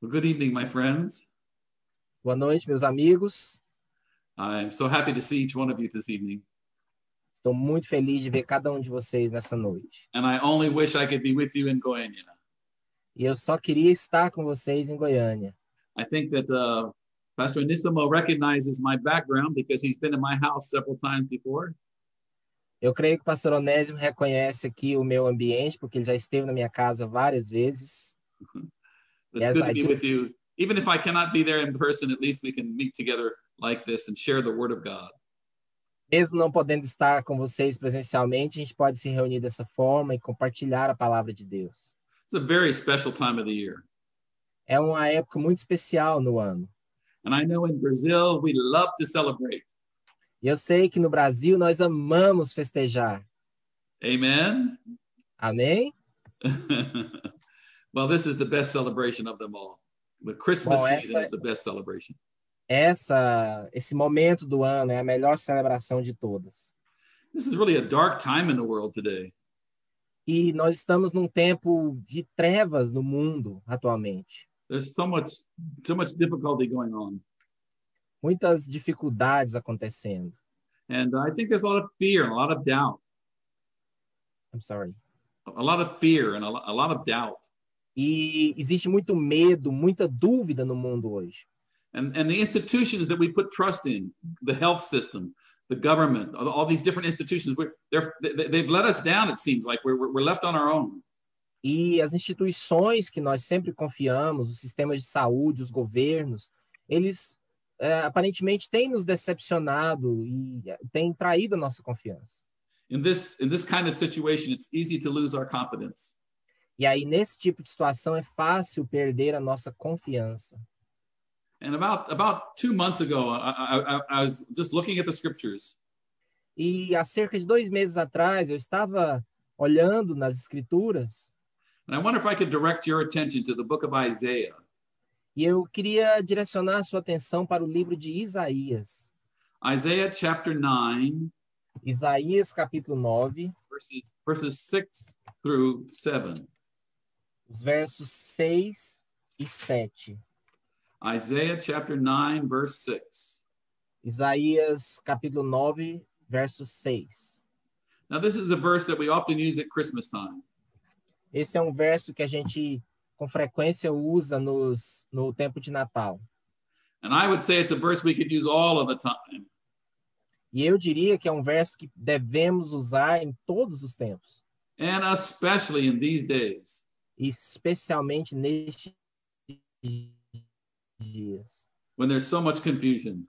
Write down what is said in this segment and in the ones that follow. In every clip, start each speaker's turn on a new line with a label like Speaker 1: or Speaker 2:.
Speaker 1: Well, good evening, my friends.
Speaker 2: Boa noite, meus amigos.
Speaker 1: I'm so happy to see each one of you this evening,
Speaker 2: Estou muito feliz de ver cada um de vocês nessa noite.
Speaker 1: and I only wish I could be with you in Goiânia.
Speaker 2: E eu só queria estar com vocês em Goiânia.
Speaker 1: I think that uh, Pastor Anissimo recognizes my background because he's been in my house several times before.
Speaker 2: Eu creio que o pastor Onésimo reconhece aqui o meu ambiente, porque ele já esteve na minha casa várias vezes.
Speaker 1: It's
Speaker 2: Yes,
Speaker 1: good to
Speaker 2: I
Speaker 1: be
Speaker 2: do.
Speaker 1: with you. Even if I cannot be there in person, at least we can meet together like this and share the word of God.
Speaker 2: Mesmo não podendo estar com vocês presencialmente, a gente pode se reunir dessa forma e compartilhar a palavra de Deus.
Speaker 1: It's a very special time of the year.
Speaker 2: É uma época muito especial no ano.
Speaker 1: And I know in Brazil, we love to celebrate.
Speaker 2: E eu sei que no Brasil nós amamos festejar.
Speaker 1: Amen.
Speaker 2: Amém?
Speaker 1: well, this is the best celebration of them all. The Christmas
Speaker 2: Well,
Speaker 1: season
Speaker 2: that's
Speaker 1: is the best celebration.
Speaker 2: Essa, esse momento do ano é a melhor celebração de todas.
Speaker 1: This is really a dark time in the world today.
Speaker 2: E nós estamos num tempo de trevas no mundo atualmente.
Speaker 1: There's so much, so much difficulty going on,
Speaker 2: Muitas dificuldades acontecendo.
Speaker 1: and I think there's a lot of fear and a lot of doubt,
Speaker 2: I'm sorry.
Speaker 1: a lot of fear and a lo- a lot of doubt.
Speaker 2: E existe muito medo, muita dúvida no mundo hoje.
Speaker 1: and, and the institutions that we put trust in the health system the government all- all these different institutions we're, they're, they- they've let us down it seems like we're, we're we're left on our own
Speaker 2: E as instituições que nós sempre confiamos, os sistemas de saúde, os governos, eles eh, aparentemente têm nos decepcionado e é, têm traído a nossa confiança.
Speaker 1: in this in this kind of situation it's easy to lose our confidence
Speaker 2: E aí, nesse tipo de situação, é fácil perder a nossa confiança.
Speaker 1: and about about two months ago i, I, I- I was just looking at the scriptures
Speaker 2: E há cerca de dois meses atrás, eu estava olhando nas escrituras
Speaker 1: and i wonder if i could direct your attention to the book of isaiah
Speaker 2: e eu queria direcionar a sua atenção para o livro de Isaías.
Speaker 1: isaiah chapter 9
Speaker 2: Isaías, capítulo 9,
Speaker 1: verses verses 6 through 7
Speaker 2: os versos 6 e 7.
Speaker 1: isaiah chapter 9 verse 6
Speaker 2: Isaías, capítulo 9, verso 6.
Speaker 1: now this is a verse that we often use at christmas time
Speaker 2: Esse é um verso que a gente com frequência usa nos, no tempo de Natal.
Speaker 1: And I would say it's a verse we could use all of the time.
Speaker 2: E eu diria que é um verso que devemos usar em todos os tempos,
Speaker 1: And especially in these days,
Speaker 2: e especialmente nestes dias.
Speaker 1: when there's so much confusion.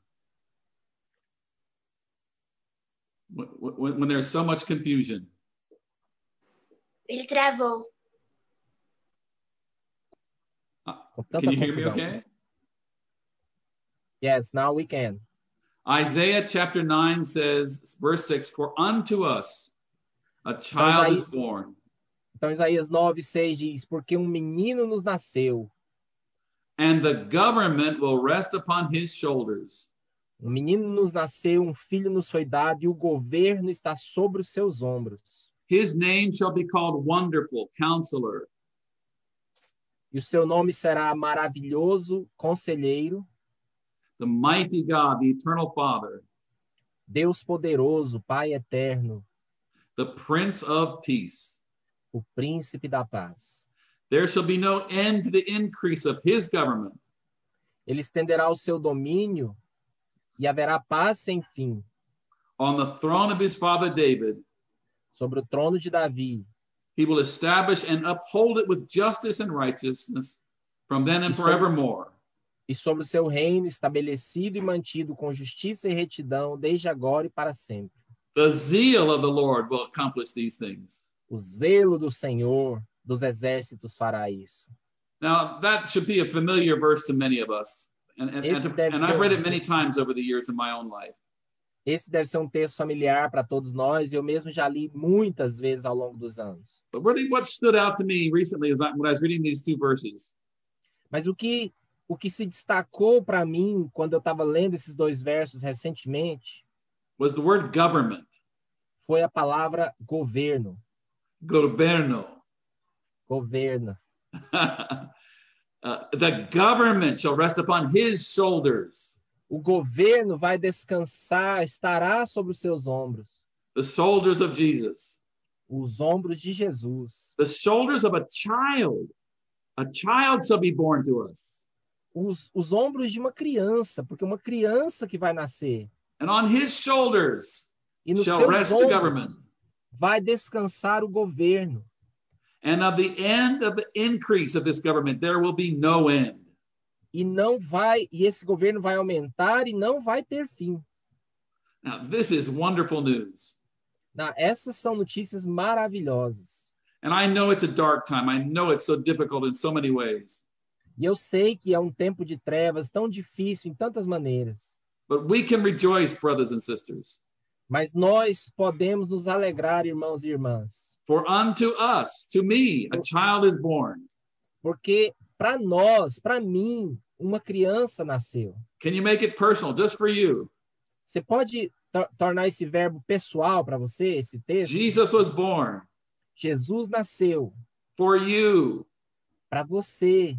Speaker 1: When, when, when there's so much confusion.
Speaker 3: Ele travou.
Speaker 2: Com tanta
Speaker 1: Can you hear me
Speaker 2: confusão.
Speaker 1: okay?
Speaker 2: Yes, now we can.
Speaker 1: Isaiah chapter 9 says, verse 6 For unto us a child is born,
Speaker 2: Então, Isaías 9, 6 diz: Porque um menino nos nasceu,
Speaker 1: and the government will rest upon his shoulders.
Speaker 2: um menino nos nasceu, um filho nos foi dado, e o governo está sobre os seus ombros.
Speaker 1: His name shall be called Wonderful Counselor,
Speaker 2: E o seu nome será maravilhoso, conselheiro,
Speaker 1: the mighty God, the eternal Father,
Speaker 2: Deus poderoso, Pai eterno,
Speaker 1: the Prince of Peace.
Speaker 2: o príncipe da paz.
Speaker 1: There shall be no end to the increase of his government.
Speaker 2: Ele estenderá o seu domínio e haverá paz sem fim
Speaker 1: On the throne of his father David,
Speaker 2: sobre o trono de Davi.
Speaker 1: he will establish and uphold it with justice and righteousness from then and
Speaker 2: Isso.
Speaker 1: forevermore.
Speaker 2: e sobre o seu reino estabelecido e mantido com justiça e retidão desde agora e para sempre.
Speaker 1: The zeal of the Lord will accomplish these things.
Speaker 2: O zelo do Senhor dos exércitos fará isso.
Speaker 1: Now, that should be a familiar verse to many of us. And, and,
Speaker 2: Esse
Speaker 1: and,
Speaker 2: deve
Speaker 1: and
Speaker 2: ser
Speaker 1: I've
Speaker 2: um-
Speaker 1: read it many times over the years in my own life.
Speaker 2: Esse deve ser um texto familiar para todos nós, e eu mesmo já li muitas vezes ao longo dos anos.
Speaker 1: But really, what stood out to me recently was I- when I was reading these two verses
Speaker 2: Mas o que o que se destacou para mim quando eu estava lendo esses dois versos recentemente
Speaker 1: was the word government,
Speaker 2: foi a palavra governo,
Speaker 1: governo.
Speaker 2: governo.
Speaker 1: I Uh, the government shall rest upon his shoulders.
Speaker 2: O governo vai descansar, estará sobre os seus ombros,
Speaker 1: The shoulders of Jesus.
Speaker 2: os ombros de Jesus.
Speaker 1: The shoulders of a child. A child shall be born to us.
Speaker 2: Os, os ombros de uma criança, porque uma criança que vai nascer.
Speaker 1: And on his shoulders
Speaker 2: E nos
Speaker 1: shall
Speaker 2: seus
Speaker 1: rest the
Speaker 2: ombros
Speaker 1: government.
Speaker 2: vai descansar o governo.
Speaker 1: And of the end of the increase of this government, there will be no end.
Speaker 2: E não vai, e esse governo vai aumentar e não vai ter fim.
Speaker 1: Now, this is wonderful news.
Speaker 2: Na- essas são notícias maravilhosas.
Speaker 1: And I know it's a dark time. I know it's so difficult in so many ways.
Speaker 2: E eu sei que é um tempo de trevas tão difícil em tantas maneiras,
Speaker 1: But we can rejoice, brothers and sisters,
Speaker 2: mas nós podemos nos alegrar, irmãos e irmãs,
Speaker 1: for unto us, to me, a child is born.
Speaker 2: porque para nós, para mim, uma criança nasceu.
Speaker 1: Can you make it personal just for you?
Speaker 2: Você pode tor- tornar esse verbo pessoal para você, esse texto?
Speaker 1: Jesus was born
Speaker 2: Jesus nasceu
Speaker 1: for you,
Speaker 2: para você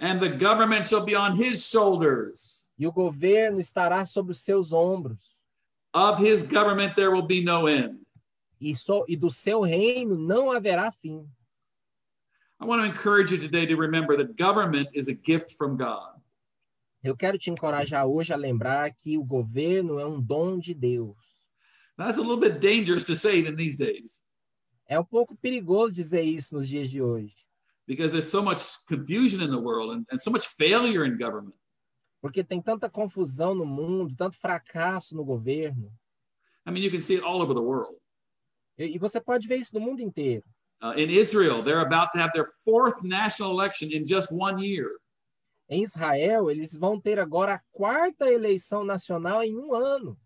Speaker 1: and the government shall be on his shoulders.
Speaker 2: e o governo estará sobre os seus ombros
Speaker 1: Of his government, there will be no end.
Speaker 2: e, só- e do seu reino não haverá fim.
Speaker 1: I want to encourage you today to remember that government is a gift from God.
Speaker 2: Eu quero te encorajar hoje a lembrar que o governo é um dom de Deus.
Speaker 1: That's a little bit dangerous to say in these days
Speaker 2: É um pouco perigoso dizer isso nos dias de hoje,
Speaker 1: because there's so much confusion in the world and, and so much failure in government.
Speaker 2: porque tem tanta confusão no mundo, tanto fracasso no governo.
Speaker 1: I mean, you can see it all over the world.
Speaker 2: E, e você pode ver isso no mundo inteiro.
Speaker 1: Uh, in Israel, they're about to have their fourth national election in just one year.
Speaker 2: Em Israel, eles vão ter agora a quarta eleição nacional em um ano.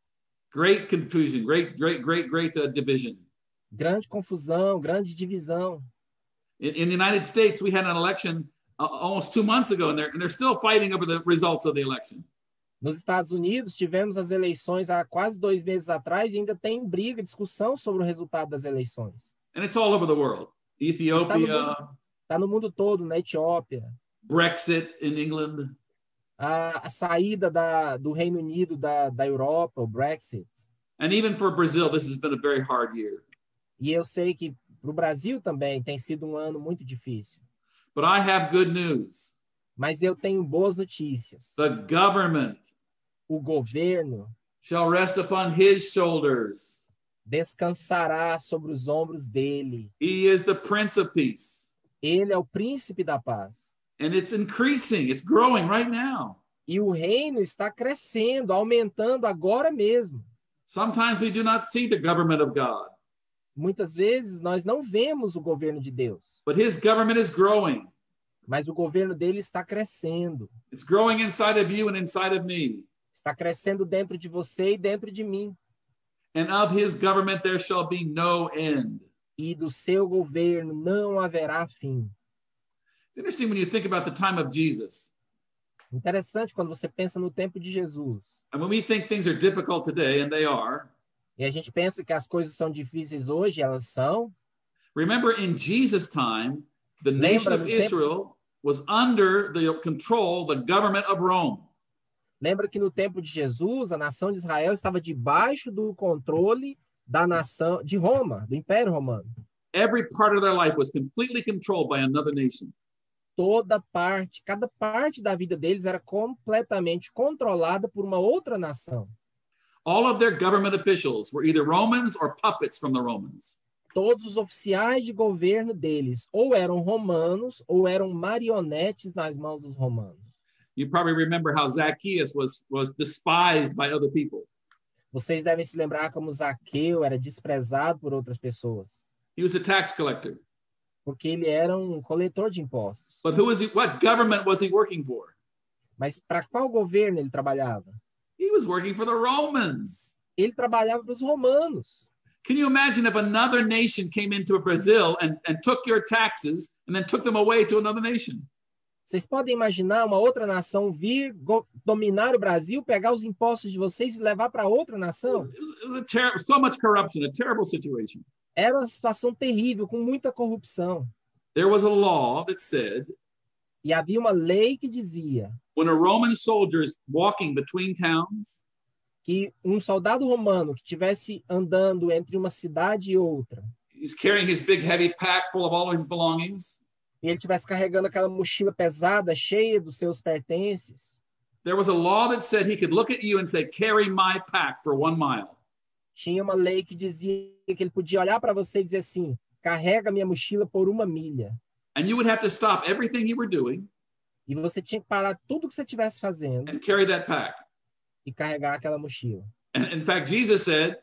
Speaker 1: Great confusion, great, great, great, great uh, division.
Speaker 2: Grande confusão, grande divisão.
Speaker 1: In, in the United States, we had an election uh, almost two months ago, and they're, and they're still fighting over the results of the election.
Speaker 2: Nos Estados Unidos, tivemos as eleições há quase dois meses atrás e ainda tem briga, discussão sobre o resultado das eleições.
Speaker 1: And it's all over the world Ethiopia,
Speaker 2: Está no mundo todo, na Etiópia,
Speaker 1: Brexit in England.
Speaker 2: a, a saída da, do Reino Unido da, da Europa, o Brexit.
Speaker 1: And even for Brazil, this has been a very hard year.
Speaker 2: E eu sei que para o Brasil também tem sido um ano muito difícil.
Speaker 1: But I have good news
Speaker 2: Mas eu tenho boas notícias.
Speaker 1: the government
Speaker 2: O governo
Speaker 1: shall rest upon his shoulders.
Speaker 2: descansará sobre os ombros dele.
Speaker 1: He is the Prince of Peace.
Speaker 2: Ele é o príncipe da paz.
Speaker 1: and it's increasing it's growing right now
Speaker 2: E o reino está crescendo, aumentando agora mesmo.
Speaker 1: sometimes we do not see the government of god
Speaker 2: Muitas vezes nós não vemos o governo de Deus,
Speaker 1: but his government is growing
Speaker 2: mas o governo dele está crescendo.
Speaker 1: it's growing inside of you and inside of me
Speaker 2: Está crescendo dentro de você e dentro de mim.
Speaker 1: and of his government there shall be no end
Speaker 2: E do seu governo não haverá fim.
Speaker 1: it's interesting when you think about the time of jesus
Speaker 2: Interessante quando você pensa no tempo de Jesus.
Speaker 1: and when we think things are difficult today and they are
Speaker 2: E a gente pensa que as coisas são difíceis hoje, elas são.
Speaker 1: remember in jesus time the nation of israel was under the control the government of rome
Speaker 2: Lembra que no tempo de Jesus, a nação de Israel estava debaixo do controle da nação de Roma, do Império Romano.
Speaker 1: every part of their life was completely controlled by another nation
Speaker 2: Toda parte, cada parte da vida deles era completamente controlada por uma outra nação.
Speaker 1: All of their government officials were either Romans or puppets from the Romans.
Speaker 2: todos os oficiais de governo deles ou eram romanos ou eram marionetes nas mãos dos romanos.
Speaker 1: You probably remember how Zacchaeus was, was despised by other people.
Speaker 2: Vocês devem se lembrar como Zaqueu era desprezado por outras pessoas,
Speaker 1: He was a tax collector.
Speaker 2: porque ele era um coletor de impostos.
Speaker 1: But who was he? What government was he working for?
Speaker 2: Mas para qual governo ele trabalhava?
Speaker 1: He was working for the Romans.
Speaker 2: Ele trabalhava para os romanos.
Speaker 1: Can you imagine if another nation came into Brazil and, and took your taxes and then took them away to another nation?
Speaker 2: Vocês podem imaginar uma outra nação vir go- dominar o Brasil, pegar os impostos de vocês e levar para outra
Speaker 1: It
Speaker 2: nação?
Speaker 1: was, it was a terrible, so much corruption, a terrible situation.
Speaker 2: Era uma situação terrível, com muita corrupção.
Speaker 1: There was a law that said
Speaker 2: E havia uma lei que dizia
Speaker 1: When a Roman soldier is walking between towns,
Speaker 2: que um soldado romano que estivesse andando entre uma cidade e outra,
Speaker 1: he's carrying his big heavy pack full of all his belongings.
Speaker 2: e ele estivesse carregando aquela mochila pesada, cheia dos seus pertences,
Speaker 1: There was a law that said he could look at you and say, Carry my pack for one mile.
Speaker 2: tinha uma lei que dizia que ele podia olhar para você e dizer assim: carrega minha mochila por uma milha.
Speaker 1: And you would have to stop everything you were doing
Speaker 2: E você tinha que parar tudo que você estivesse fazendo
Speaker 1: and carry that pack.
Speaker 2: e carregar aquela mochila.
Speaker 1: And in fact, Jesus said,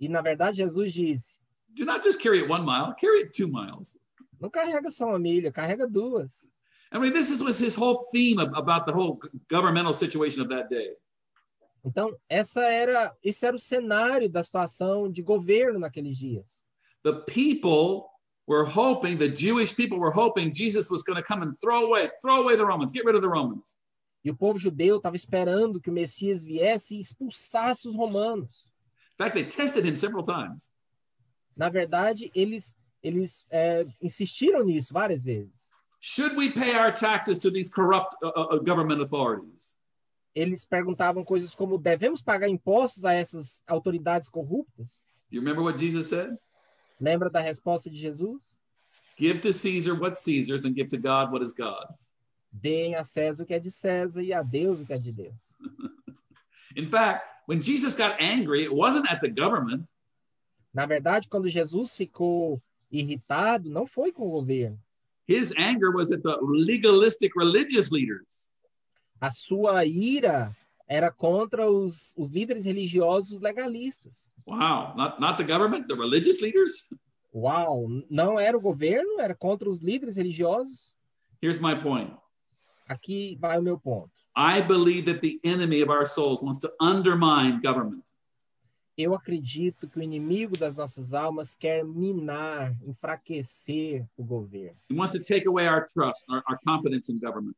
Speaker 2: E na verdade, Jesus disse:
Speaker 1: Do not just carry it one mile, carry it two miles.
Speaker 2: não carrega só uma milha, carrega duas.
Speaker 1: I mean, this is, was his whole theme ab- about the whole g- governmental situation of that day.
Speaker 2: Então, essa era, esse era o cenário da situação de governo naqueles dias.
Speaker 1: The people were hoping, the Jewish people were hoping Jesus was going to come and throw away, throw away the Romans, get rid of the Romans.
Speaker 2: E o povo judeu estava esperando que o Messias viesse e expulsasse os romanos.
Speaker 1: In fact, they tested him several times.
Speaker 2: Na verdade, eles, eles é, insistiram nisso várias vezes.
Speaker 1: Should we pay our taxes to these corrupt uh, uh, government authorities?
Speaker 2: Eles perguntavam coisas como: devemos pagar impostos a essas autoridades corruptas?
Speaker 1: You remember what Jesus said?
Speaker 2: Lembra da resposta de Jesus?
Speaker 1: Give to Caesar what's Caesar's and give to God what is God's.
Speaker 2: Deem a César o que é de César e a Deus o que é de Deus.
Speaker 1: In fact, when Jesus got angry, it wasn't at the government,
Speaker 2: Na verdade, quando Jesus ficou irritado, não foi com o governo.
Speaker 1: his anger was at the legalistic religious leaders.
Speaker 2: A sua ira era contra os, os líderes religiosos legalistas.
Speaker 1: Wow, not, not the government, the religious leaders?
Speaker 2: Uau, não era o governo, era contra os líderes religiosos?
Speaker 1: Here's my point.
Speaker 2: Aqui vai o meu ponto.
Speaker 1: I believe that the enemy of our souls wants to undermine government.
Speaker 2: Eu acredito que o inimigo das nossas almas quer minar, enfraquecer o governo,
Speaker 1: He wants to take away our trust, our, our confidence in government.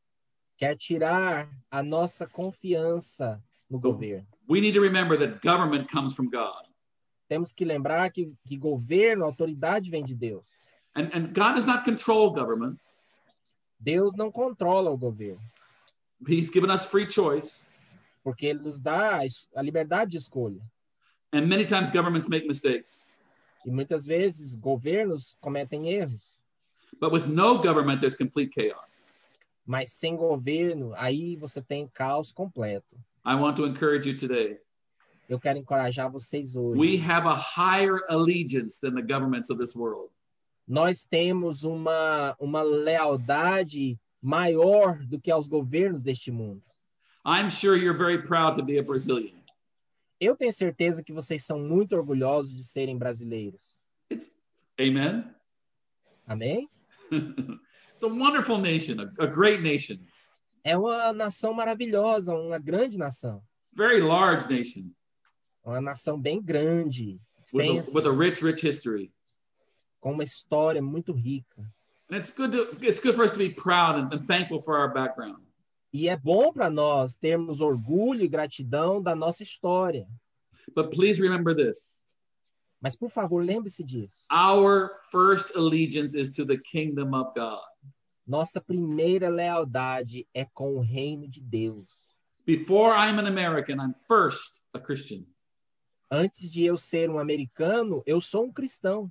Speaker 2: quer tirar a nossa confiança no governo.
Speaker 1: We need to remember that government comes from God.
Speaker 2: Temos que lembrar que, que governo, autoridade vem de Deus.
Speaker 1: And, and God does not control government.
Speaker 2: Deus não controla o governo,
Speaker 1: He's given us free choice.
Speaker 2: porque ele nos dá a es- a liberdade de escolha.
Speaker 1: And many times governments make mistakes.
Speaker 2: E muitas vezes governos cometem erros,
Speaker 1: But with no government, there's complete chaos.
Speaker 2: mas sem governo, aí você tem caos completo.
Speaker 1: I want to encourage you today.
Speaker 2: Eu quero encorajar vocês hoje.
Speaker 1: We have a higher allegiance than the governments of this world.
Speaker 2: Nós temos uma, uma lealdade maior do que aos governos deste mundo.
Speaker 1: I'm sure you're very proud to be a Brazilian.
Speaker 2: Eu tenho certeza que vocês são muito orgulhosos de serem brasileiros.
Speaker 1: It's amen.
Speaker 2: Amém?
Speaker 1: it's a wonderful nation, a, a great nation,
Speaker 2: É uma nação maravilhosa, uma grande nação. É
Speaker 1: very large nation
Speaker 2: Uma nação bem grande,
Speaker 1: with
Speaker 2: extensa,
Speaker 1: a, with a rich, rich history.
Speaker 2: com uma história muito rica.
Speaker 1: And it's good to it's good for us to be proud and, and thankful for our background.
Speaker 2: E é bom para nós termos orgulho e gratidão da nossa história.
Speaker 1: But please remember this:
Speaker 2: Mas, por favor, lembre-se disso.
Speaker 1: our first allegiance is to the kingdom of God.
Speaker 2: Nossa primeira lealdade é com o reino de Deus.
Speaker 1: Before I'm an American, I'm first a Christian,
Speaker 2: antes de eu ser um americano, eu sou um cristão,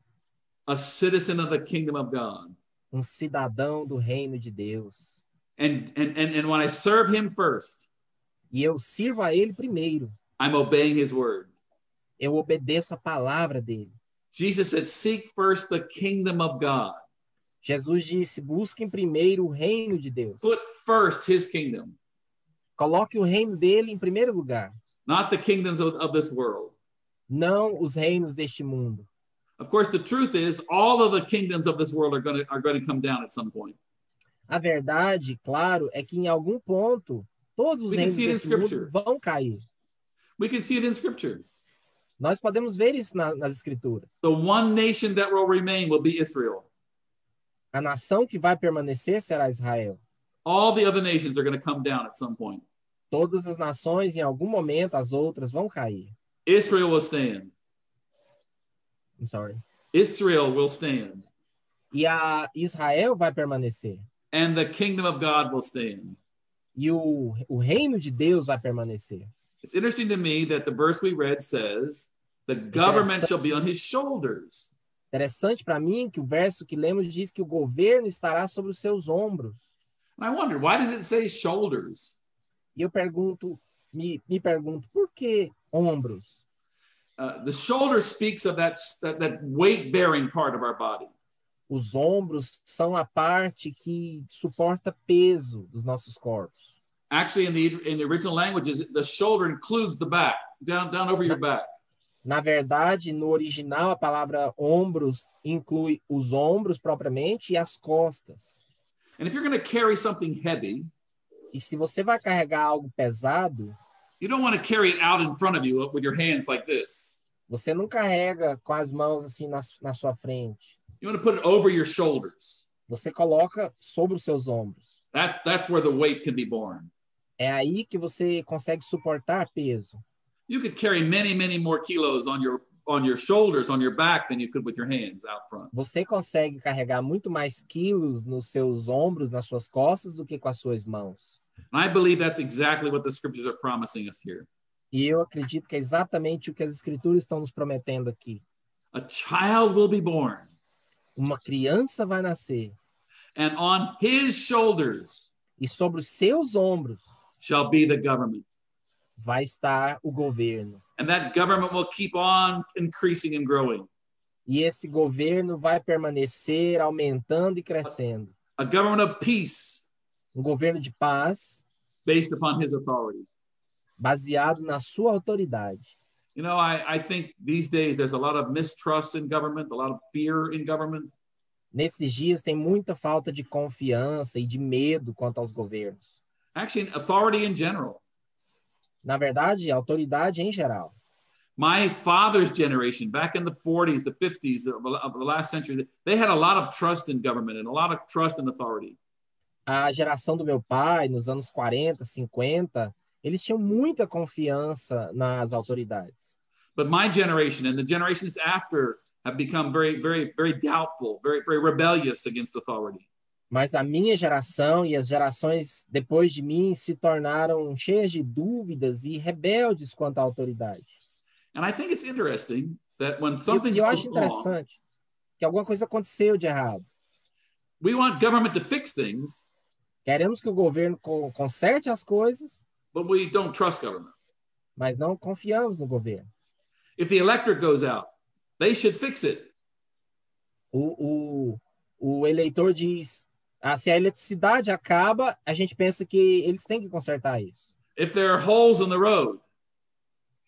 Speaker 1: a citizen of the kingdom of God.
Speaker 2: um cidadão do reino de Deus.
Speaker 1: And and and, and when I serve Him first,
Speaker 2: E eu sirvo a ele primeiro.
Speaker 1: I'm obeying His word.
Speaker 2: Eu obedeço a palavra dele.
Speaker 1: Jesus said, "Seek first the kingdom of God."
Speaker 2: Jesus disse: busquem primeiro o reino de Deus.
Speaker 1: Put first His kingdom.
Speaker 2: Coloque o reino dele em primeiro lugar,
Speaker 1: not the kingdoms of, of this world.
Speaker 2: não os reinos deste mundo.
Speaker 1: Of course, the truth is all of the kingdoms of this world are going to are going to come down at some point.
Speaker 2: A verdade, claro, é que em algum ponto todos os
Speaker 1: We can
Speaker 2: reinos
Speaker 1: see it in
Speaker 2: deste mundo
Speaker 1: Scripture.
Speaker 2: vão cair.
Speaker 1: We can see it in Scripture.
Speaker 2: Nós podemos ver isso na- nas escrituras.
Speaker 1: The one nation that will remain will be Israel.
Speaker 2: A nação que vai permanecer será Israel.
Speaker 1: All the other nations are going to come down at some point.
Speaker 2: todas as nações, em algum momento, as outras vão cair.
Speaker 1: Israel will stand.
Speaker 2: I'm sorry.
Speaker 1: Israel will stand,
Speaker 2: E a Israel vai permanecer.
Speaker 1: and the kingdom of God will stand.
Speaker 2: e o, o reino de Deus vai permanecer.
Speaker 1: It's interesting to me that the verse we read says, the government shall be on his shoulders.
Speaker 2: Interessante para mim que o verso que lemos diz que o governo estará sobre os seus ombros.
Speaker 1: And I wonder, why does it say shoulders?
Speaker 2: E eu pergunto, me, me pergunto, por que ombros?
Speaker 1: Uh, the shoulder speaks of that, that, that weight bearing part of our body.
Speaker 2: Os ombros são a parte que suporta peso dos nossos corpos.
Speaker 1: Actually, in the, in the original languages, the shoulder includes the back, down, down over your back.
Speaker 2: Na verdade, no original, a palavra ombros inclui os ombros propriamente e as costas.
Speaker 1: And if you're going to carry something heavy,
Speaker 2: E se você vai carregar algo pesado,
Speaker 1: you don't want to carry it out in front of you with your hands like this.
Speaker 2: você não carrega com as mãos assim na, na sua frente.
Speaker 1: You want to put it over your shoulders.
Speaker 2: Você coloca sobre os seus ombros.
Speaker 1: That's, that's where the weight can be borne.
Speaker 2: É aí que você consegue suportar peso.
Speaker 1: You could carry many, many more kilos on your, on your shoulders, on your back, than you could with your hands out front.
Speaker 2: Você consegue carregar muito mais quilos nos seus ombros, nas suas costas, do que com as suas mãos.
Speaker 1: And I believe that's exactly what the scriptures are promising us here.
Speaker 2: E eu acredito que é exatamente o que as escrituras estão nos prometendo aqui.
Speaker 1: A child will be born,
Speaker 2: Uma criança vai nascer
Speaker 1: and on his shoulders
Speaker 2: e sobre os seus ombros
Speaker 1: shall be the government.
Speaker 2: vai estar o governo.
Speaker 1: And that government will keep on increasing and growing.
Speaker 2: E esse governo vai permanecer aumentando e crescendo.
Speaker 1: A government of peace
Speaker 2: Um governo de paz
Speaker 1: based upon his authority.
Speaker 2: baseado na sua autoridade.
Speaker 1: You know, I, I think these days there's a lot of mistrust in government, a lot of fear in government.
Speaker 2: Nesses dias tem muita falta de confiança e de medo quanto aos governos.
Speaker 1: Actually, authority in general.
Speaker 2: Na verdade, a autoridade em geral.
Speaker 1: My father's generation, back in the 40s, the 50s of, of the last century, they had a lot of trust in government and a lot of trust in authority.
Speaker 2: A geração do meu pai, nos anos 40, 50, eles tinham muita confiança nas autoridades.
Speaker 1: But my generation and the generations after have become very, very, very doubtful, very, very rebellious against authority.
Speaker 2: Mas a minha geração e as gerações depois de mim se tornaram cheias de dúvidas e rebeldes quanto à autoridade.
Speaker 1: And I think it's interesting that when
Speaker 2: E
Speaker 1: something
Speaker 2: eu, eu
Speaker 1: goes
Speaker 2: acho
Speaker 1: wrong,
Speaker 2: interessante que alguma coisa aconteceu de errado.
Speaker 1: we want government to fix things,
Speaker 2: Queremos que o governo co- conserte as coisas,
Speaker 1: but we don't trust government.
Speaker 2: mas não confiamos no governo.
Speaker 1: If the electric goes out, they should fix it.
Speaker 2: O, o, o eleitor diz: ah, se a eletricidade acaba, a gente pensa que eles têm que consertar isso.
Speaker 1: If there are holes in the road,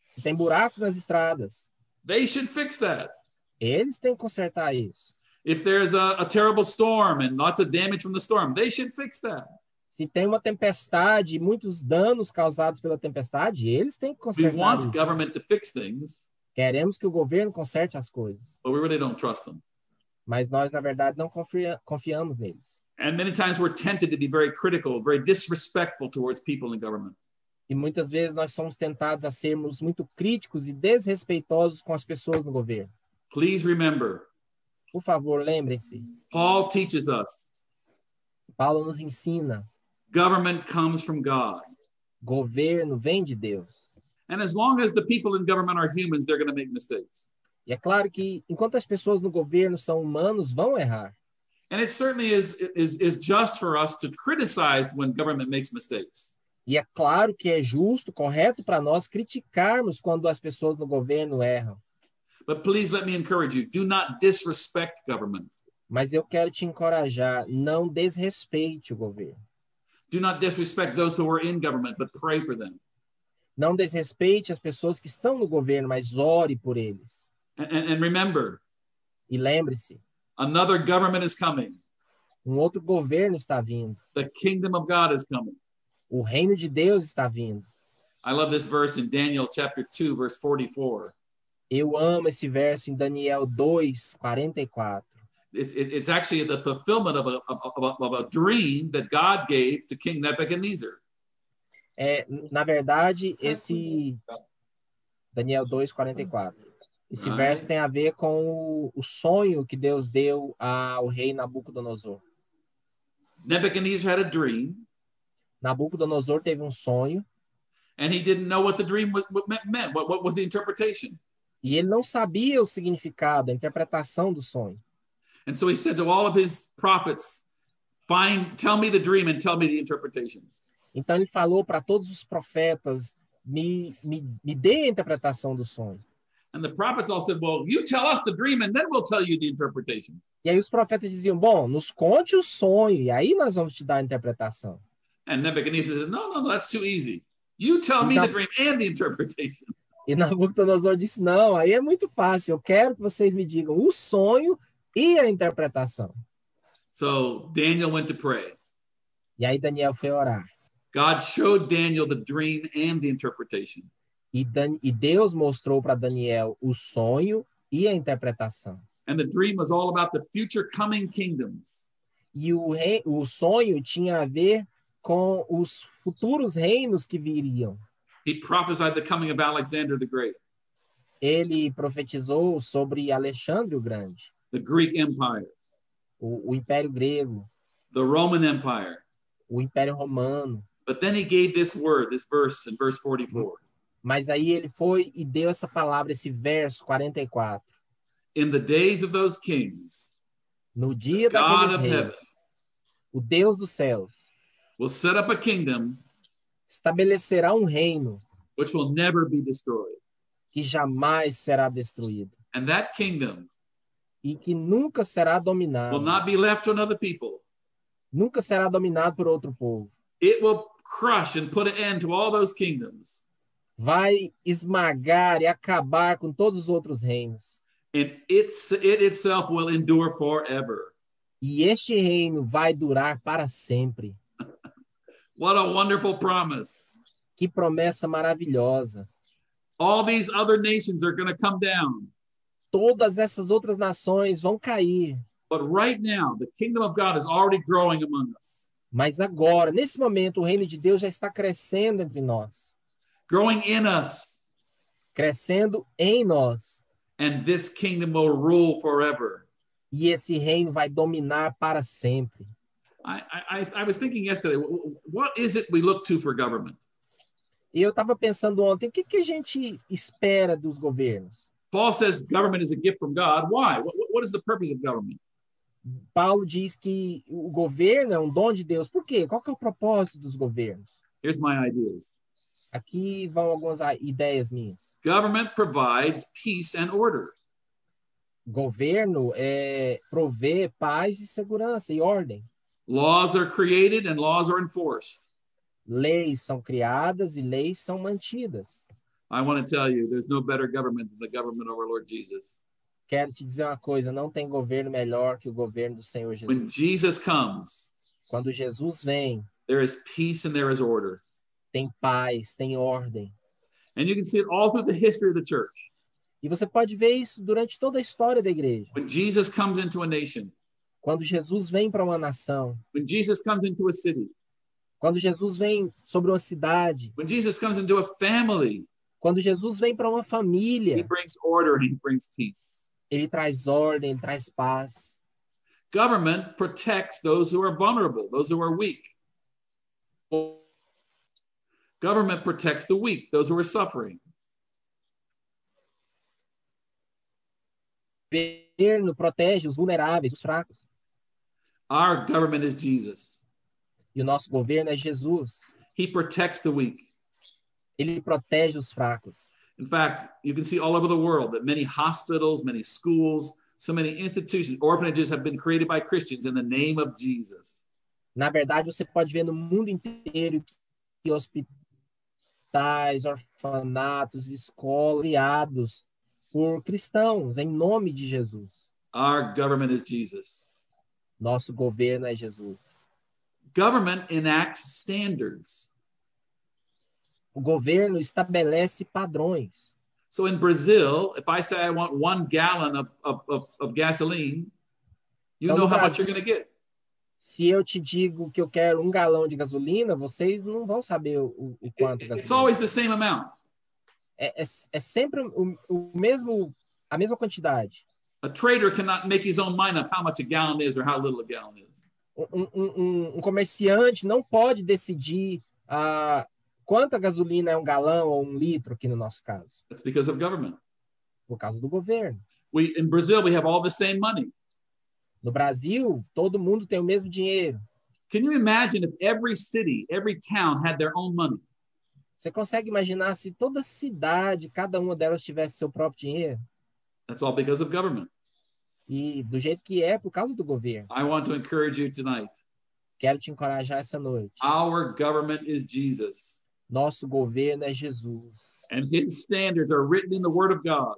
Speaker 2: Se tem buracos nas estradas,
Speaker 1: they should fix that.
Speaker 2: eles têm que consertar isso.
Speaker 1: If there's a, a terrible storm and lots of damage from the storm, they should fix that.
Speaker 2: Se tem uma tempestade e muitos danos causados pela tempestade, eles têm que
Speaker 1: We
Speaker 2: consertar.
Speaker 1: want
Speaker 2: Isso.
Speaker 1: government to fix things,
Speaker 2: Queremos que o governo conserte as coisas,
Speaker 1: but we really don't trust them.
Speaker 2: mas nós, na verdade, não confia- confiamos neles.
Speaker 1: And many times we're tempted to be very critical, very disrespectful towards people in government.
Speaker 2: E muitas vezes nós somos tentados a sermos muito críticos e desrespeitosos com as pessoas no governo.
Speaker 1: Please remember,
Speaker 2: Por favor, lembrem-se,
Speaker 1: Paul teaches us
Speaker 2: Paulo nos ensina,
Speaker 1: government comes from God.
Speaker 2: governo vem de Deus.
Speaker 1: And as long as the people in government are humans, they're going to make mistakes.
Speaker 2: E é claro que enquanto as pessoas no governo são humanos, vão errar.
Speaker 1: And it certainly is, is, is just for us to criticize when government makes mistakes.
Speaker 2: E é claro que é justo, correto para nós criticarmos quando as pessoas no governo erram.
Speaker 1: But please let me encourage you do not disrespect government.
Speaker 2: Mas eu quero te encorajar, não desrespeite o governo.
Speaker 1: Do not disrespect those who are in government, but pray for them.
Speaker 2: Não desrespeite as pessoas que estão no governo, mas ore por eles.
Speaker 1: And, and, and remember,
Speaker 2: E lembre-se,
Speaker 1: another government is coming.
Speaker 2: um outro governo está vindo.
Speaker 1: The kingdom of God is coming.
Speaker 2: O reino de Deus está vindo.
Speaker 1: I love this verse in Daniel chapter 2, verse 44.
Speaker 2: Eu amo esse verso em Daniel 2, 44.
Speaker 1: It's, it- it's actually the fulfillment of a, of, a- of a, of a dream that God gave to King Nebuchadnezzar.
Speaker 2: É, na verdade, esse Daniel 2, 44. Esse
Speaker 1: Ah.
Speaker 2: verso tem a ver com o, o sonho que Deus deu ao rei Nabucodonosor.
Speaker 1: Nebuchadnezzar had a dream,
Speaker 2: Nabucodonosor teve um sonho
Speaker 1: and he didn't know what the dream was, what meant, meant what, what was the interpretation.
Speaker 2: e ele não sabia o significado, a interpretação do sonho.
Speaker 1: And so he said to all of his prophets, "Find, tell me the dream and tell me the interpretation."
Speaker 2: Então ele falou para todos os profetas: me, me, me dê a interpretação do sonho.
Speaker 1: And the prophets all said, "Well, you tell us the dream, and then we'll tell you the interpretation."
Speaker 2: E aí os profetas diziam: bom, nos conte o sonho, e aí nós vamos te dar a interpretação.
Speaker 1: And Nebuchadnezzar says, "No, no, no, that's too easy. You tell me the dream and the interpretation."
Speaker 2: E Nabucodonosor disse: não, aí é muito fácil, eu quero que vocês me digam o sonho e a interpretação.
Speaker 1: So Daniel went to pray.
Speaker 2: E aí Daniel foi orar.
Speaker 1: God showed Daniel the dream and the interpretation.
Speaker 2: E, Dan- e Deus mostrou para Daniel o sonho e a interpretação.
Speaker 1: And the dream was all about the future coming kingdoms.
Speaker 2: E o, rei- o sonho tinha a ver com os futuros reinos que viriam.
Speaker 1: He prophesied the coming of Alexander the Great,
Speaker 2: Ele profetizou sobre Alexandre o Grande,
Speaker 1: the Greek Empire,
Speaker 2: o, o Império Grego,
Speaker 1: the Roman Empire.
Speaker 2: o Império Romano.
Speaker 1: But then he gave this word, this verse in verse 44.
Speaker 2: Mas aí ele foi e deu essa palavra, esse verso 44.
Speaker 1: In the days of those kings,
Speaker 2: No dia
Speaker 1: God
Speaker 2: daqueles
Speaker 1: of heaven
Speaker 2: reis, o Deus dos céus
Speaker 1: will set up a kingdom
Speaker 2: estabelecerá um reino
Speaker 1: which will never be destroyed.
Speaker 2: que jamais será destruído
Speaker 1: And that kingdom
Speaker 2: e que nunca será
Speaker 1: will
Speaker 2: dominado,
Speaker 1: not be left to another people.
Speaker 2: nunca será dominado por outro povo.
Speaker 1: It will crush and put an end to all those kingdoms.
Speaker 2: Vai esmagar e acabar com todos os outros reinos.
Speaker 1: And it's, it itself will endure forever.
Speaker 2: E este reino vai durar para sempre.
Speaker 1: What a wonderful promise.
Speaker 2: Que promessa maravilhosa.
Speaker 1: All these other nations are going to come down.
Speaker 2: Todas essas outras nações vão cair,
Speaker 1: But right now, the kingdom of God is already growing among us,
Speaker 2: mas agora, nesse momento, o reino de Deus já está crescendo entre nós,
Speaker 1: growing in us.
Speaker 2: crescendo em nós.
Speaker 1: And this kingdom will rule forever.
Speaker 2: E esse reino vai dominar para sempre.
Speaker 1: I, I, I- I was thinking yesterday, wh- wh- what is it we look to for government?
Speaker 2: E eu estava pensando ontem, o que, que a gente espera dos governos?
Speaker 1: Paul says government is a gift from God. Why? What, what- what is the purpose of government?
Speaker 2: Paulo diz que o governo é um dom de Deus. Por quê? Qual que é o propósito dos governos?
Speaker 1: Here's my ideas
Speaker 2: Aqui vão algumas a- ideias minhas.
Speaker 1: government provides peace and order,
Speaker 2: Governo é prover paz e segurança e ordem.
Speaker 1: laws are created and laws are enforced.
Speaker 2: Leis são criadas e leis são mantidas.
Speaker 1: I want to tell you, there's no better government than the government of our Lord Jesus.
Speaker 2: Quero te dizer uma coisa, não tem governo melhor que o governo do Senhor Jesus.
Speaker 1: When Jesus comes,
Speaker 2: Quando Jesus vem,
Speaker 1: there is peace and there is order.
Speaker 2: tem paz, tem ordem.
Speaker 1: And you can see it all through the history of the church.
Speaker 2: E você pode ver isso durante toda a história da igreja.
Speaker 1: When Jesus comes into a nation,
Speaker 2: Quando Jesus vem para uma nação,
Speaker 1: when Jesus comes into a city,
Speaker 2: quando Jesus vem sobre uma cidade,
Speaker 1: when Jesus comes into a family,
Speaker 2: quando Jesus vem para uma
Speaker 1: he
Speaker 2: família,
Speaker 1: brings order and he brings peace.
Speaker 2: ele traz ordem, ele traz paz.
Speaker 1: Government protects those who are vulnerable, those who are weak. Government protects the weak, those who are suffering.
Speaker 2: O governo protege os vulneráveis, os fracos.
Speaker 1: Our government is Jesus.
Speaker 2: E o nosso governo é Jesus.
Speaker 1: He protects the weak.
Speaker 2: Ele protege os fracos.
Speaker 1: In fact, you can see all over the world that many hospitals, many schools, so many institutions, orphanages have been created by Christians in the name of Jesus.
Speaker 2: Na verdade, você pode ver no mundo inteiro que hospitais, orfanatos, escolas criados por cristãos em nome de Jesus.
Speaker 1: Our government is Jesus.
Speaker 2: Nosso governo é Jesus.
Speaker 1: Government enacts standards.
Speaker 2: O governo estabelece padrões.
Speaker 1: So in Brazil, if I say I want one gallon of, of, of, of gasoline, you
Speaker 2: Então,
Speaker 1: know
Speaker 2: no
Speaker 1: how much
Speaker 2: Brasil-
Speaker 1: you're going to get.
Speaker 2: Se eu te digo que eu quero um galão de gasolina, vocês não vão saber o, o- o
Speaker 1: It-
Speaker 2: quanto
Speaker 1: it's
Speaker 2: gasolina.
Speaker 1: always the same amount.
Speaker 2: É, é, é sempre o, o mesmo, a mesma quantidade.
Speaker 1: A trader cannot make his own mind up how much a gallon is or how little a gallon is.
Speaker 2: um, um- um comerciante não pode decidir ah, quanta gasolina é um galão ou um litro, aqui no nosso caso,
Speaker 1: That's because of government.
Speaker 2: por causa do governo.
Speaker 1: We in Brazil we have all the same money.
Speaker 2: No Brasil, todo mundo tem o mesmo dinheiro.
Speaker 1: Can you imagine if every city, every town had their own money?
Speaker 2: Você consegue imaginar se toda cidade, cada uma delas tivesse seu próprio dinheiro?
Speaker 1: That's all because of government.
Speaker 2: E do jeito que é, por causa do governo.
Speaker 1: I want to encourage you tonight.
Speaker 2: Quero te encorajar essa noite.
Speaker 1: Our government is Jesus,
Speaker 2: Nosso governo é Jesus.
Speaker 1: and his standards are written in the word of God,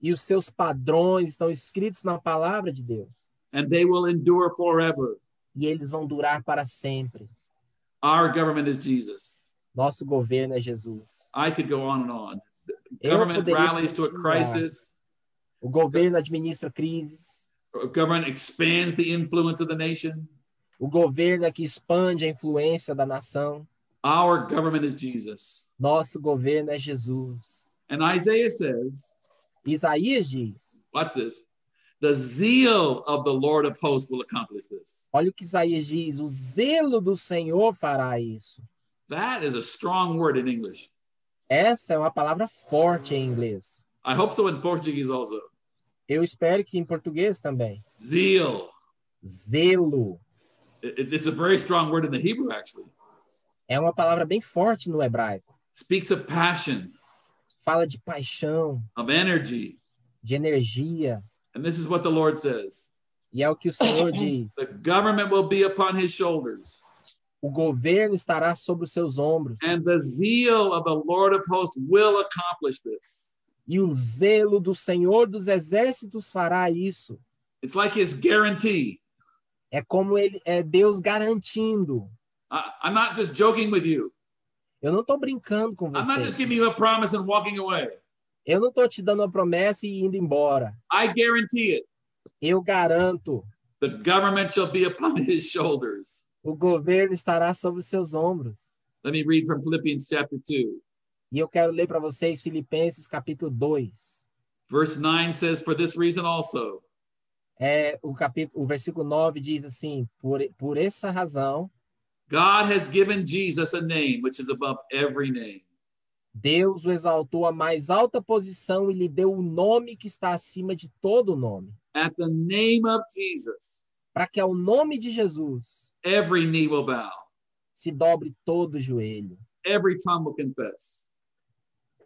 Speaker 2: E os seus padrões estão escritos na palavra de Deus.
Speaker 1: and they will endure forever.
Speaker 2: E eles vão durar para sempre.
Speaker 1: Our government is Jesus.
Speaker 2: Nosso governo é Jesus.
Speaker 1: I could go on and on.
Speaker 2: Eu
Speaker 1: government
Speaker 2: poderia
Speaker 1: rallies to a
Speaker 2: continuar.
Speaker 1: crisis.
Speaker 2: O governo administra crises.
Speaker 1: Government expands the influence of the nation.
Speaker 2: O governo é que expande a influência da nação.
Speaker 1: Our government is Jesus.
Speaker 2: Nosso governo é Jesus.
Speaker 1: And Isaiah says,
Speaker 2: Isaías diz:
Speaker 1: watch this, the zeal of the Lord of hosts will accomplish this.
Speaker 2: Olha o que Isaías diz: o zelo do Senhor fará isso.
Speaker 1: That is a strong word in English.
Speaker 2: Essa é uma palavra forte em inglês.
Speaker 1: I hope so in Portuguese also.
Speaker 2: Eu espero que em português também.
Speaker 1: Zeal.
Speaker 2: Zelo
Speaker 1: It- It's, it's a very strong word in the Hebrew, actually.
Speaker 2: é uma palavra bem forte no hebraico.
Speaker 1: Speaks of passion,
Speaker 2: Fala de paixão,
Speaker 1: of energy.
Speaker 2: de energia.
Speaker 1: And this is what the Lord says
Speaker 2: E é o que o Senhor diz:
Speaker 1: The government will be upon his shoulders,
Speaker 2: o governo estará sobre os seus ombros,
Speaker 1: and the zeal of the Lord of hosts will accomplish this.
Speaker 2: e o zelo do Senhor dos exércitos fará isso.
Speaker 1: It's like his guarantee.
Speaker 2: É como ele é Deus garantindo.
Speaker 1: I, I'm not just joking with you.
Speaker 2: Eu não estou brincando com
Speaker 1: I'm not just
Speaker 2: você.
Speaker 1: giving you a promise and walking away.
Speaker 2: Eu não estou te dando uma promessa e indo embora.
Speaker 1: I guarantee it.
Speaker 2: Eu garanto,
Speaker 1: The government shall be upon his shoulders.
Speaker 2: o governo estará sobre os seus ombros.
Speaker 1: Let me read from Philippians chapter 2.
Speaker 2: E eu quero ler para vocês Filipenses capítulo 2.
Speaker 1: Verse 9 says, For this reason also,
Speaker 2: É, o, capítulo, o versículo 9 diz assim: por, por essa razão,
Speaker 1: God has given Jesus a name which is above every name,
Speaker 2: Deus o exaltou à mais alta posição e lhe deu o nome que está acima de todo nome,
Speaker 1: at the name of Jesus,
Speaker 2: para que ao nome de Jesus
Speaker 1: every knee will bow,
Speaker 2: se dobre todo o joelho
Speaker 1: every tongue will confess.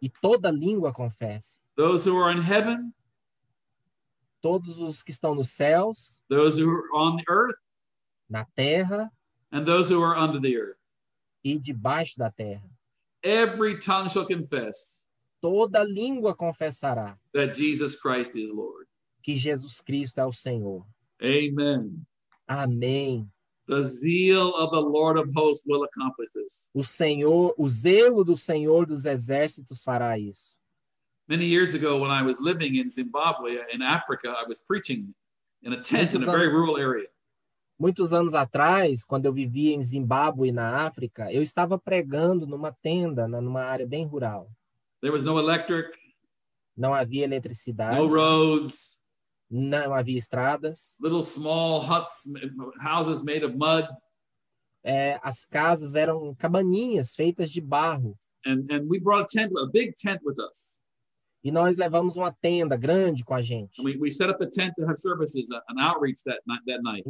Speaker 2: e toda língua confesse.
Speaker 1: Those who are in heaven,
Speaker 2: Todos os que estão nos céus,
Speaker 1: those who are on the earth,
Speaker 2: na terra
Speaker 1: and those who are under the earth.
Speaker 2: e debaixo da terra,
Speaker 1: Every tongue shall confess
Speaker 2: toda língua confessará
Speaker 1: that Jesus Christ is Lord.
Speaker 2: que Jesus Cristo é o Senhor.
Speaker 1: Amen.
Speaker 2: Amém.
Speaker 1: The zeal of the Lord of hosts will accomplish this.
Speaker 2: O Senhor, o zelo do Senhor dos exércitos fará isso.
Speaker 1: Many years ago, when I was living in Zimbabwe, in Africa, I was preaching in a tent in a very rural area.
Speaker 2: Muitos anos atrás, quando eu vivia em Zimbábue, na África, eu estava pregando numa tenda, na- numa área bem rural.
Speaker 1: There was no electric,
Speaker 2: Não havia eletricidade,
Speaker 1: no roads,
Speaker 2: não havia estradas,
Speaker 1: little small huts, houses made of mud,
Speaker 2: é, as casas eram cabaninhas feitas de barro.
Speaker 1: and and we brought a tent, a big tent with us,
Speaker 2: E nós levamos uma tenda grande com a gente.
Speaker 1: and we, we set up a tent to have services, uh, an outreach that night. That night,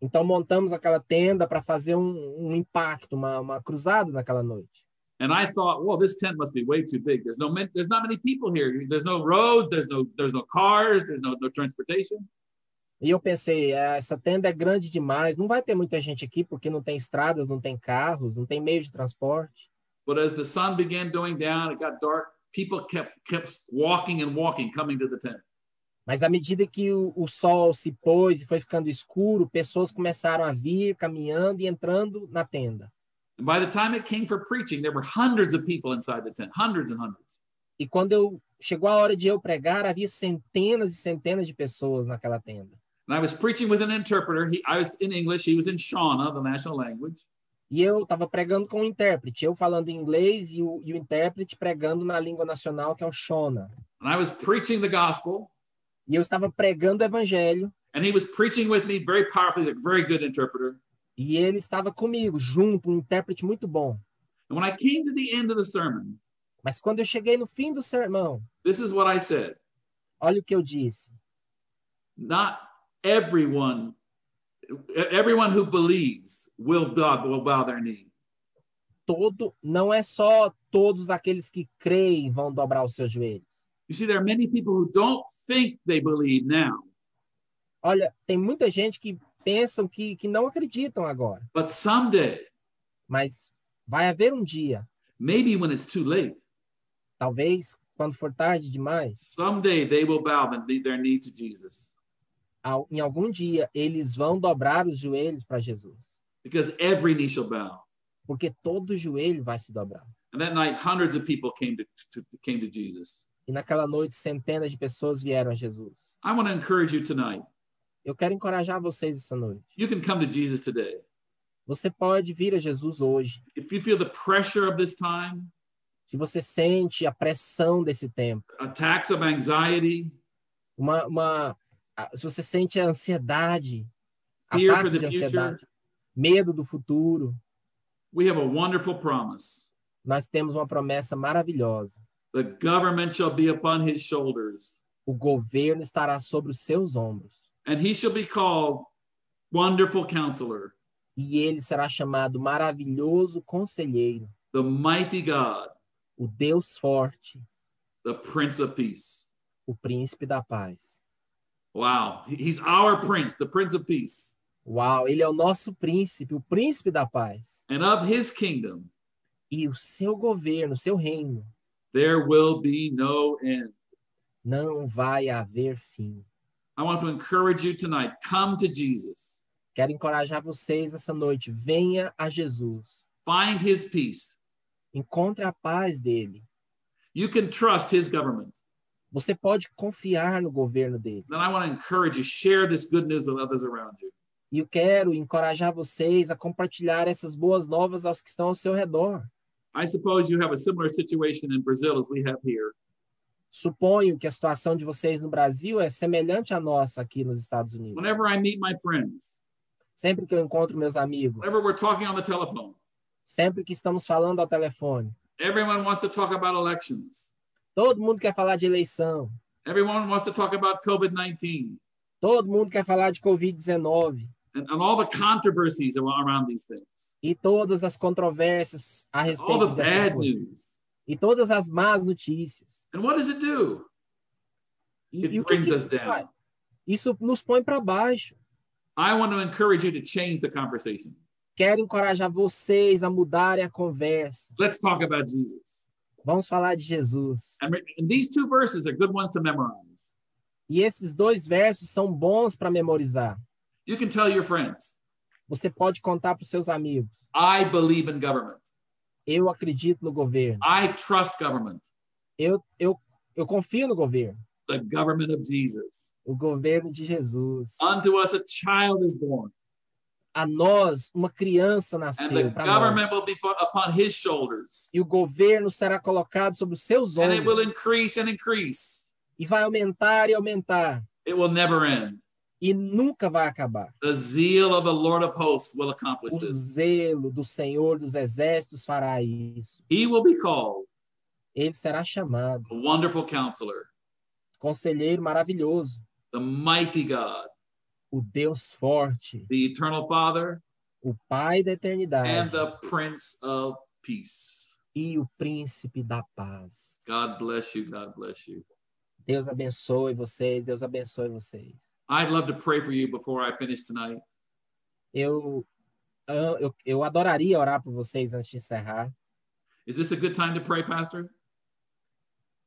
Speaker 2: Então montamos aquela tenda para fazer um, um impacto, uma, uma cruzada naquela noite.
Speaker 1: and I thought, well, this tent must be way too big. There's no men, there's not many people here. There's no roads. There's no there's no cars. There's no no transportation.
Speaker 2: E eu pensei, "Ah, essa tenda é grande demais, não vai ter muita gente aqui porque não tem estradas, não tem carros, não tem meio de transporte.
Speaker 1: But as the sun began going down, it got dark. People kept kept walking and walking, coming to the tent.
Speaker 2: Mas à medida que o, o sol se pôs e foi ficando escuro, pessoas começaram a vir caminhando e entrando na tenda.
Speaker 1: And by the time it came for preaching, there were hundreds of people inside the tent, hundreds and hundreds.
Speaker 2: E quando eu chegou a hora de eu pregar, havia centenas e centenas de pessoas naquela tenda.
Speaker 1: And I was preaching with an interpreter. He, I was in English. He was in Shona, the national language.
Speaker 2: E eu estava pregando com o intérprete, eu falando em inglês e o, e o intérprete pregando na língua nacional, que é o Shona.
Speaker 1: And I was preaching the gospel.
Speaker 2: E eu estava pregando o evangelho
Speaker 1: And he was preaching with me very powerfully. He's a very good interpreter.
Speaker 2: E ele estava comigo, junto, um intérprete muito bom.
Speaker 1: And when I came to the end of the sermon,
Speaker 2: Mas quando eu cheguei no fim do sermão,
Speaker 1: this is what I said
Speaker 2: olha o que eu disse.
Speaker 1: Not everyone, everyone who believes will bow, will bow their knee.
Speaker 2: Todo, não é só todos aqueles que creem vão dobrar os seus joelhos.
Speaker 1: You see, there are many people who don't think they believe now,
Speaker 2: Olha, tem muita gente que pensam que, que não acreditam agora,
Speaker 1: but someday,
Speaker 2: mas vai haver um dia,
Speaker 1: maybe when it's too late,
Speaker 2: talvez quando for tarde demais,
Speaker 1: someday they will bow the- their knee to Jesus
Speaker 2: ao- em algum dia eles vão dobrar os joelhos para Jesus,
Speaker 1: because every knee shall bow.
Speaker 2: porque todo joelho vai se dobrar.
Speaker 1: And that night, hundreds of people came to, to came to Jesus.
Speaker 2: E naquela noite centenas de pessoas vieram a Jesus.
Speaker 1: I want to encourage you tonight.
Speaker 2: Eu quero encorajar vocês essa noite.
Speaker 1: You can come to Jesus today.
Speaker 2: Você pode vir a Jesus hoje,
Speaker 1: If you feel the pressure of this time,
Speaker 2: se você sente a pressão desse tempo,
Speaker 1: attacks of anxiety,
Speaker 2: uma, uma a- se você sente a ansiedade,
Speaker 1: fear for
Speaker 2: ataques de
Speaker 1: the future,
Speaker 2: ansiedade, medo do futuro,
Speaker 1: we have a wonderful promise.
Speaker 2: nós temos uma promessa maravilhosa.
Speaker 1: The government shall be upon his shoulders,
Speaker 2: O governo estará sobre os seus ombros
Speaker 1: and he shall be called Wonderful Counselor,
Speaker 2: e ele será chamado maravilhoso conselheiro,
Speaker 1: the Mighty God,
Speaker 2: o Deus forte,
Speaker 1: the Prince of Peace.
Speaker 2: o príncipe da paz.
Speaker 1: Wow, he- he's our prince, the Prince of Peace.
Speaker 2: Uau, ele é o nosso príncipe, o príncipe da paz.
Speaker 1: And of his kingdom,
Speaker 2: E o seu governo, o seu reino
Speaker 1: there will be no end.
Speaker 2: não vai haver fim.
Speaker 1: I want to encourage you tonight. Come to Jesus.
Speaker 2: Quero encorajar vocês essa noite, venha a Jesus.
Speaker 1: Find his peace.
Speaker 2: Encontre a paz dele.
Speaker 1: You can trust his government.
Speaker 2: Você pode confiar no governo dele.
Speaker 1: Then I want to encourage you, share this good news with others around you.
Speaker 2: E eu quero encorajar vocês a compartilhar essas boas novas aos que estão ao seu redor.
Speaker 1: I suppose you have a similar situation in Brazil as we have here.
Speaker 2: Suponho que a situação de vocês no Brasil é semelhante à nossa aqui nos Estados Unidos.
Speaker 1: Whenever I meet my friends,
Speaker 2: Sempre que eu encontro meus amigos,
Speaker 1: whenever we're talking on the telephone,
Speaker 2: sempre que estamos falando ao telefone,
Speaker 1: everyone wants to talk about elections.
Speaker 2: todo mundo quer falar de eleição,
Speaker 1: Everyone wants to talk about COVID 19
Speaker 2: todo mundo quer falar de Covid-19
Speaker 1: and, and all the controversies ar- around these things,
Speaker 2: e todas as controvérsias a
Speaker 1: all the
Speaker 2: respeito dessas
Speaker 1: bad
Speaker 2: coisas,
Speaker 1: news.
Speaker 2: e todas as más notícias.
Speaker 1: And what does it do?
Speaker 2: E,
Speaker 1: It
Speaker 2: e o que,
Speaker 1: brings
Speaker 2: que
Speaker 1: us
Speaker 2: isso
Speaker 1: down.
Speaker 2: faz? Isso nos põe para baixo.
Speaker 1: I want to encourage you to change the conversation.
Speaker 2: Quero encorajar vocês a mudarem a conversa.
Speaker 1: Let's talk about Jesus.
Speaker 2: Vamos falar de Jesus.
Speaker 1: And, re- and these two verses are good ones to memorize.
Speaker 2: E esses dois versos são bons para memorizar.
Speaker 1: You can tell your friends,
Speaker 2: Você pode contar para os seus amigos.
Speaker 1: I believe in government.
Speaker 2: Eu acredito no governo.
Speaker 1: I trust government,
Speaker 2: Eu, eu, eu confio no governo.
Speaker 1: the government of Jesus.
Speaker 2: O governo de Jesus.
Speaker 1: Unto us a child is born,
Speaker 2: A nós, uma criança
Speaker 1: and the
Speaker 2: nasceu para nós.
Speaker 1: government will be put upon his shoulders,
Speaker 2: E o governo será colocado sobre os seus
Speaker 1: and it will
Speaker 2: ombros.
Speaker 1: increase and increase.
Speaker 2: E vai aumentar e aumentar.
Speaker 1: It will never end.
Speaker 2: E nunca vai acabar.
Speaker 1: The zeal of the Lord of hosts will accomplish
Speaker 2: O
Speaker 1: this.
Speaker 2: zelo do Senhor dos Exércitos fará isso.
Speaker 1: He will be called
Speaker 2: Ele será chamado.
Speaker 1: a wonderful counselor,
Speaker 2: Conselheiro maravilhoso.
Speaker 1: the mighty God,
Speaker 2: O Deus forte.
Speaker 1: the eternal Father,
Speaker 2: O Pai da
Speaker 1: and
Speaker 2: eternidade.
Speaker 1: the Prince of Peace.
Speaker 2: e o príncipe da paz.
Speaker 1: God bless you. God bless you.
Speaker 2: Deus abençoe vocês, Deus abençoe vocês.
Speaker 1: I'd love to pray for you before I finish tonight.
Speaker 2: Eu ah, eu, eu adoraria orar por vocês antes de encerrar.
Speaker 1: Is this a good time to pray, Pastor?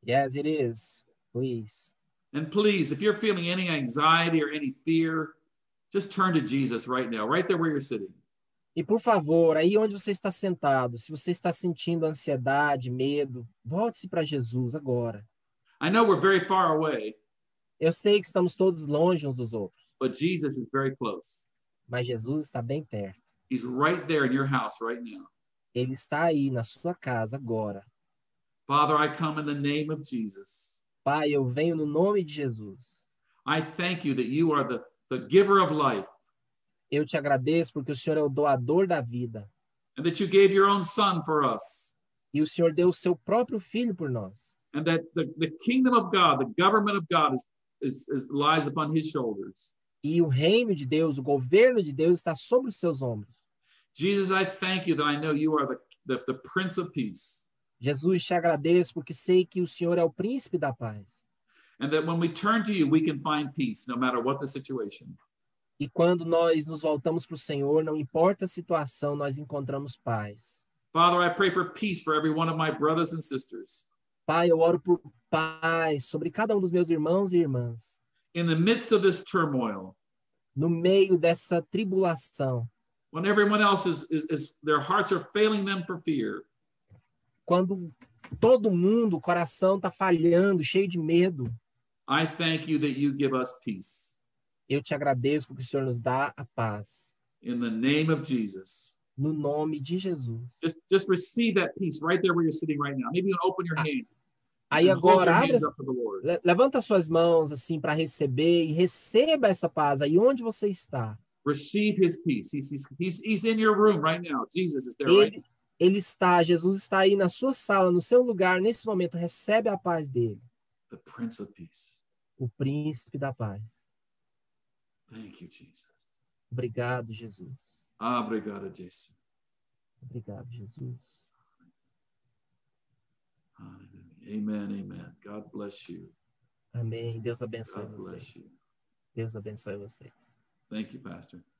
Speaker 2: Yes, it is. Please.
Speaker 1: And please, if you're feeling any anxiety or any fear, just turn to Jesus right now, right there where you're sitting.
Speaker 2: E por favor, aí onde você está sentado, se você está sentindo ansiedade, medo, volte-se para Jesus agora.
Speaker 1: I know we're very far away,
Speaker 2: Eu sei que estamos todos longe uns dos outros,
Speaker 1: but Jesus is very close.
Speaker 2: mas Jesus está bem perto.
Speaker 1: He's right there in your house right now.
Speaker 2: Ele está aí na sua casa agora.
Speaker 1: Father, I come in the name of Jesus.
Speaker 2: Pai, eu venho no nome de Jesus.
Speaker 1: I thank you that you are the the giver of life,
Speaker 2: Eu te agradeço porque o Senhor é o doador da vida
Speaker 1: and that you gave your own son for us,
Speaker 2: e o Senhor deu o seu próprio filho por nós.
Speaker 1: and that the, the kingdom of God, the government of God, is, is, is lies upon his shoulders.
Speaker 2: E o reino de Deus, o governo de Deus está sobre os seus ombros.
Speaker 1: Jesus, I thank you that I know you are the, the, the Prince of Peace,
Speaker 2: Jesus, te agradeço porque sei que o Senhor é o príncipe da paz.
Speaker 1: and that when we turn to you, we can find peace no matter what the situation.
Speaker 2: E quando nós nos voltamos para o Senhor, não importa a situação, nós encontramos paz.
Speaker 1: Father, I pray for peace for every one of my brothers and sisters.
Speaker 2: Pai, eu oro por paz sobre cada um dos meus irmãos e irmãs.
Speaker 1: In the midst of this turmoil,
Speaker 2: No meio dessa tribulação,
Speaker 1: when everyone else is, is, is their hearts are failing them for fear,
Speaker 2: quando todo mundo, o coração está falhando, cheio de medo,
Speaker 1: I thank you that you give us peace.
Speaker 2: eu te agradeço porque o Senhor nos dá a paz.
Speaker 1: In the name of Jesus.
Speaker 2: No nome de Jesus.
Speaker 1: Just, just receive that peace right there where you're sitting right now. Maybe you can open your hands.
Speaker 2: Aí
Speaker 1: and hold your
Speaker 2: agora, abra,
Speaker 1: hands up to the Lord.
Speaker 2: le- levanta suas mãos assim para receber e receba essa paz aí onde você está.
Speaker 1: Receive his peace. He's, he's, he's, he's in your room right now. Jesus is there right
Speaker 2: Ele, ele está, Jesus está aí na sua sala, no seu lugar, nesse momento, recebe a paz dele,
Speaker 1: The Prince of Peace.
Speaker 2: o príncipe da paz.
Speaker 1: Thank you, Jesus.
Speaker 2: Obrigado, Jesus.
Speaker 1: Obrigado, Jesus.
Speaker 2: Obrigado, Jesus.
Speaker 1: Hallelujah. Amen, amen. God bless you.
Speaker 2: Amém. Deus abençoe
Speaker 1: God
Speaker 2: vocês.
Speaker 1: bless you.
Speaker 2: Deus abençoe vocês.
Speaker 1: Thank you, Pastor.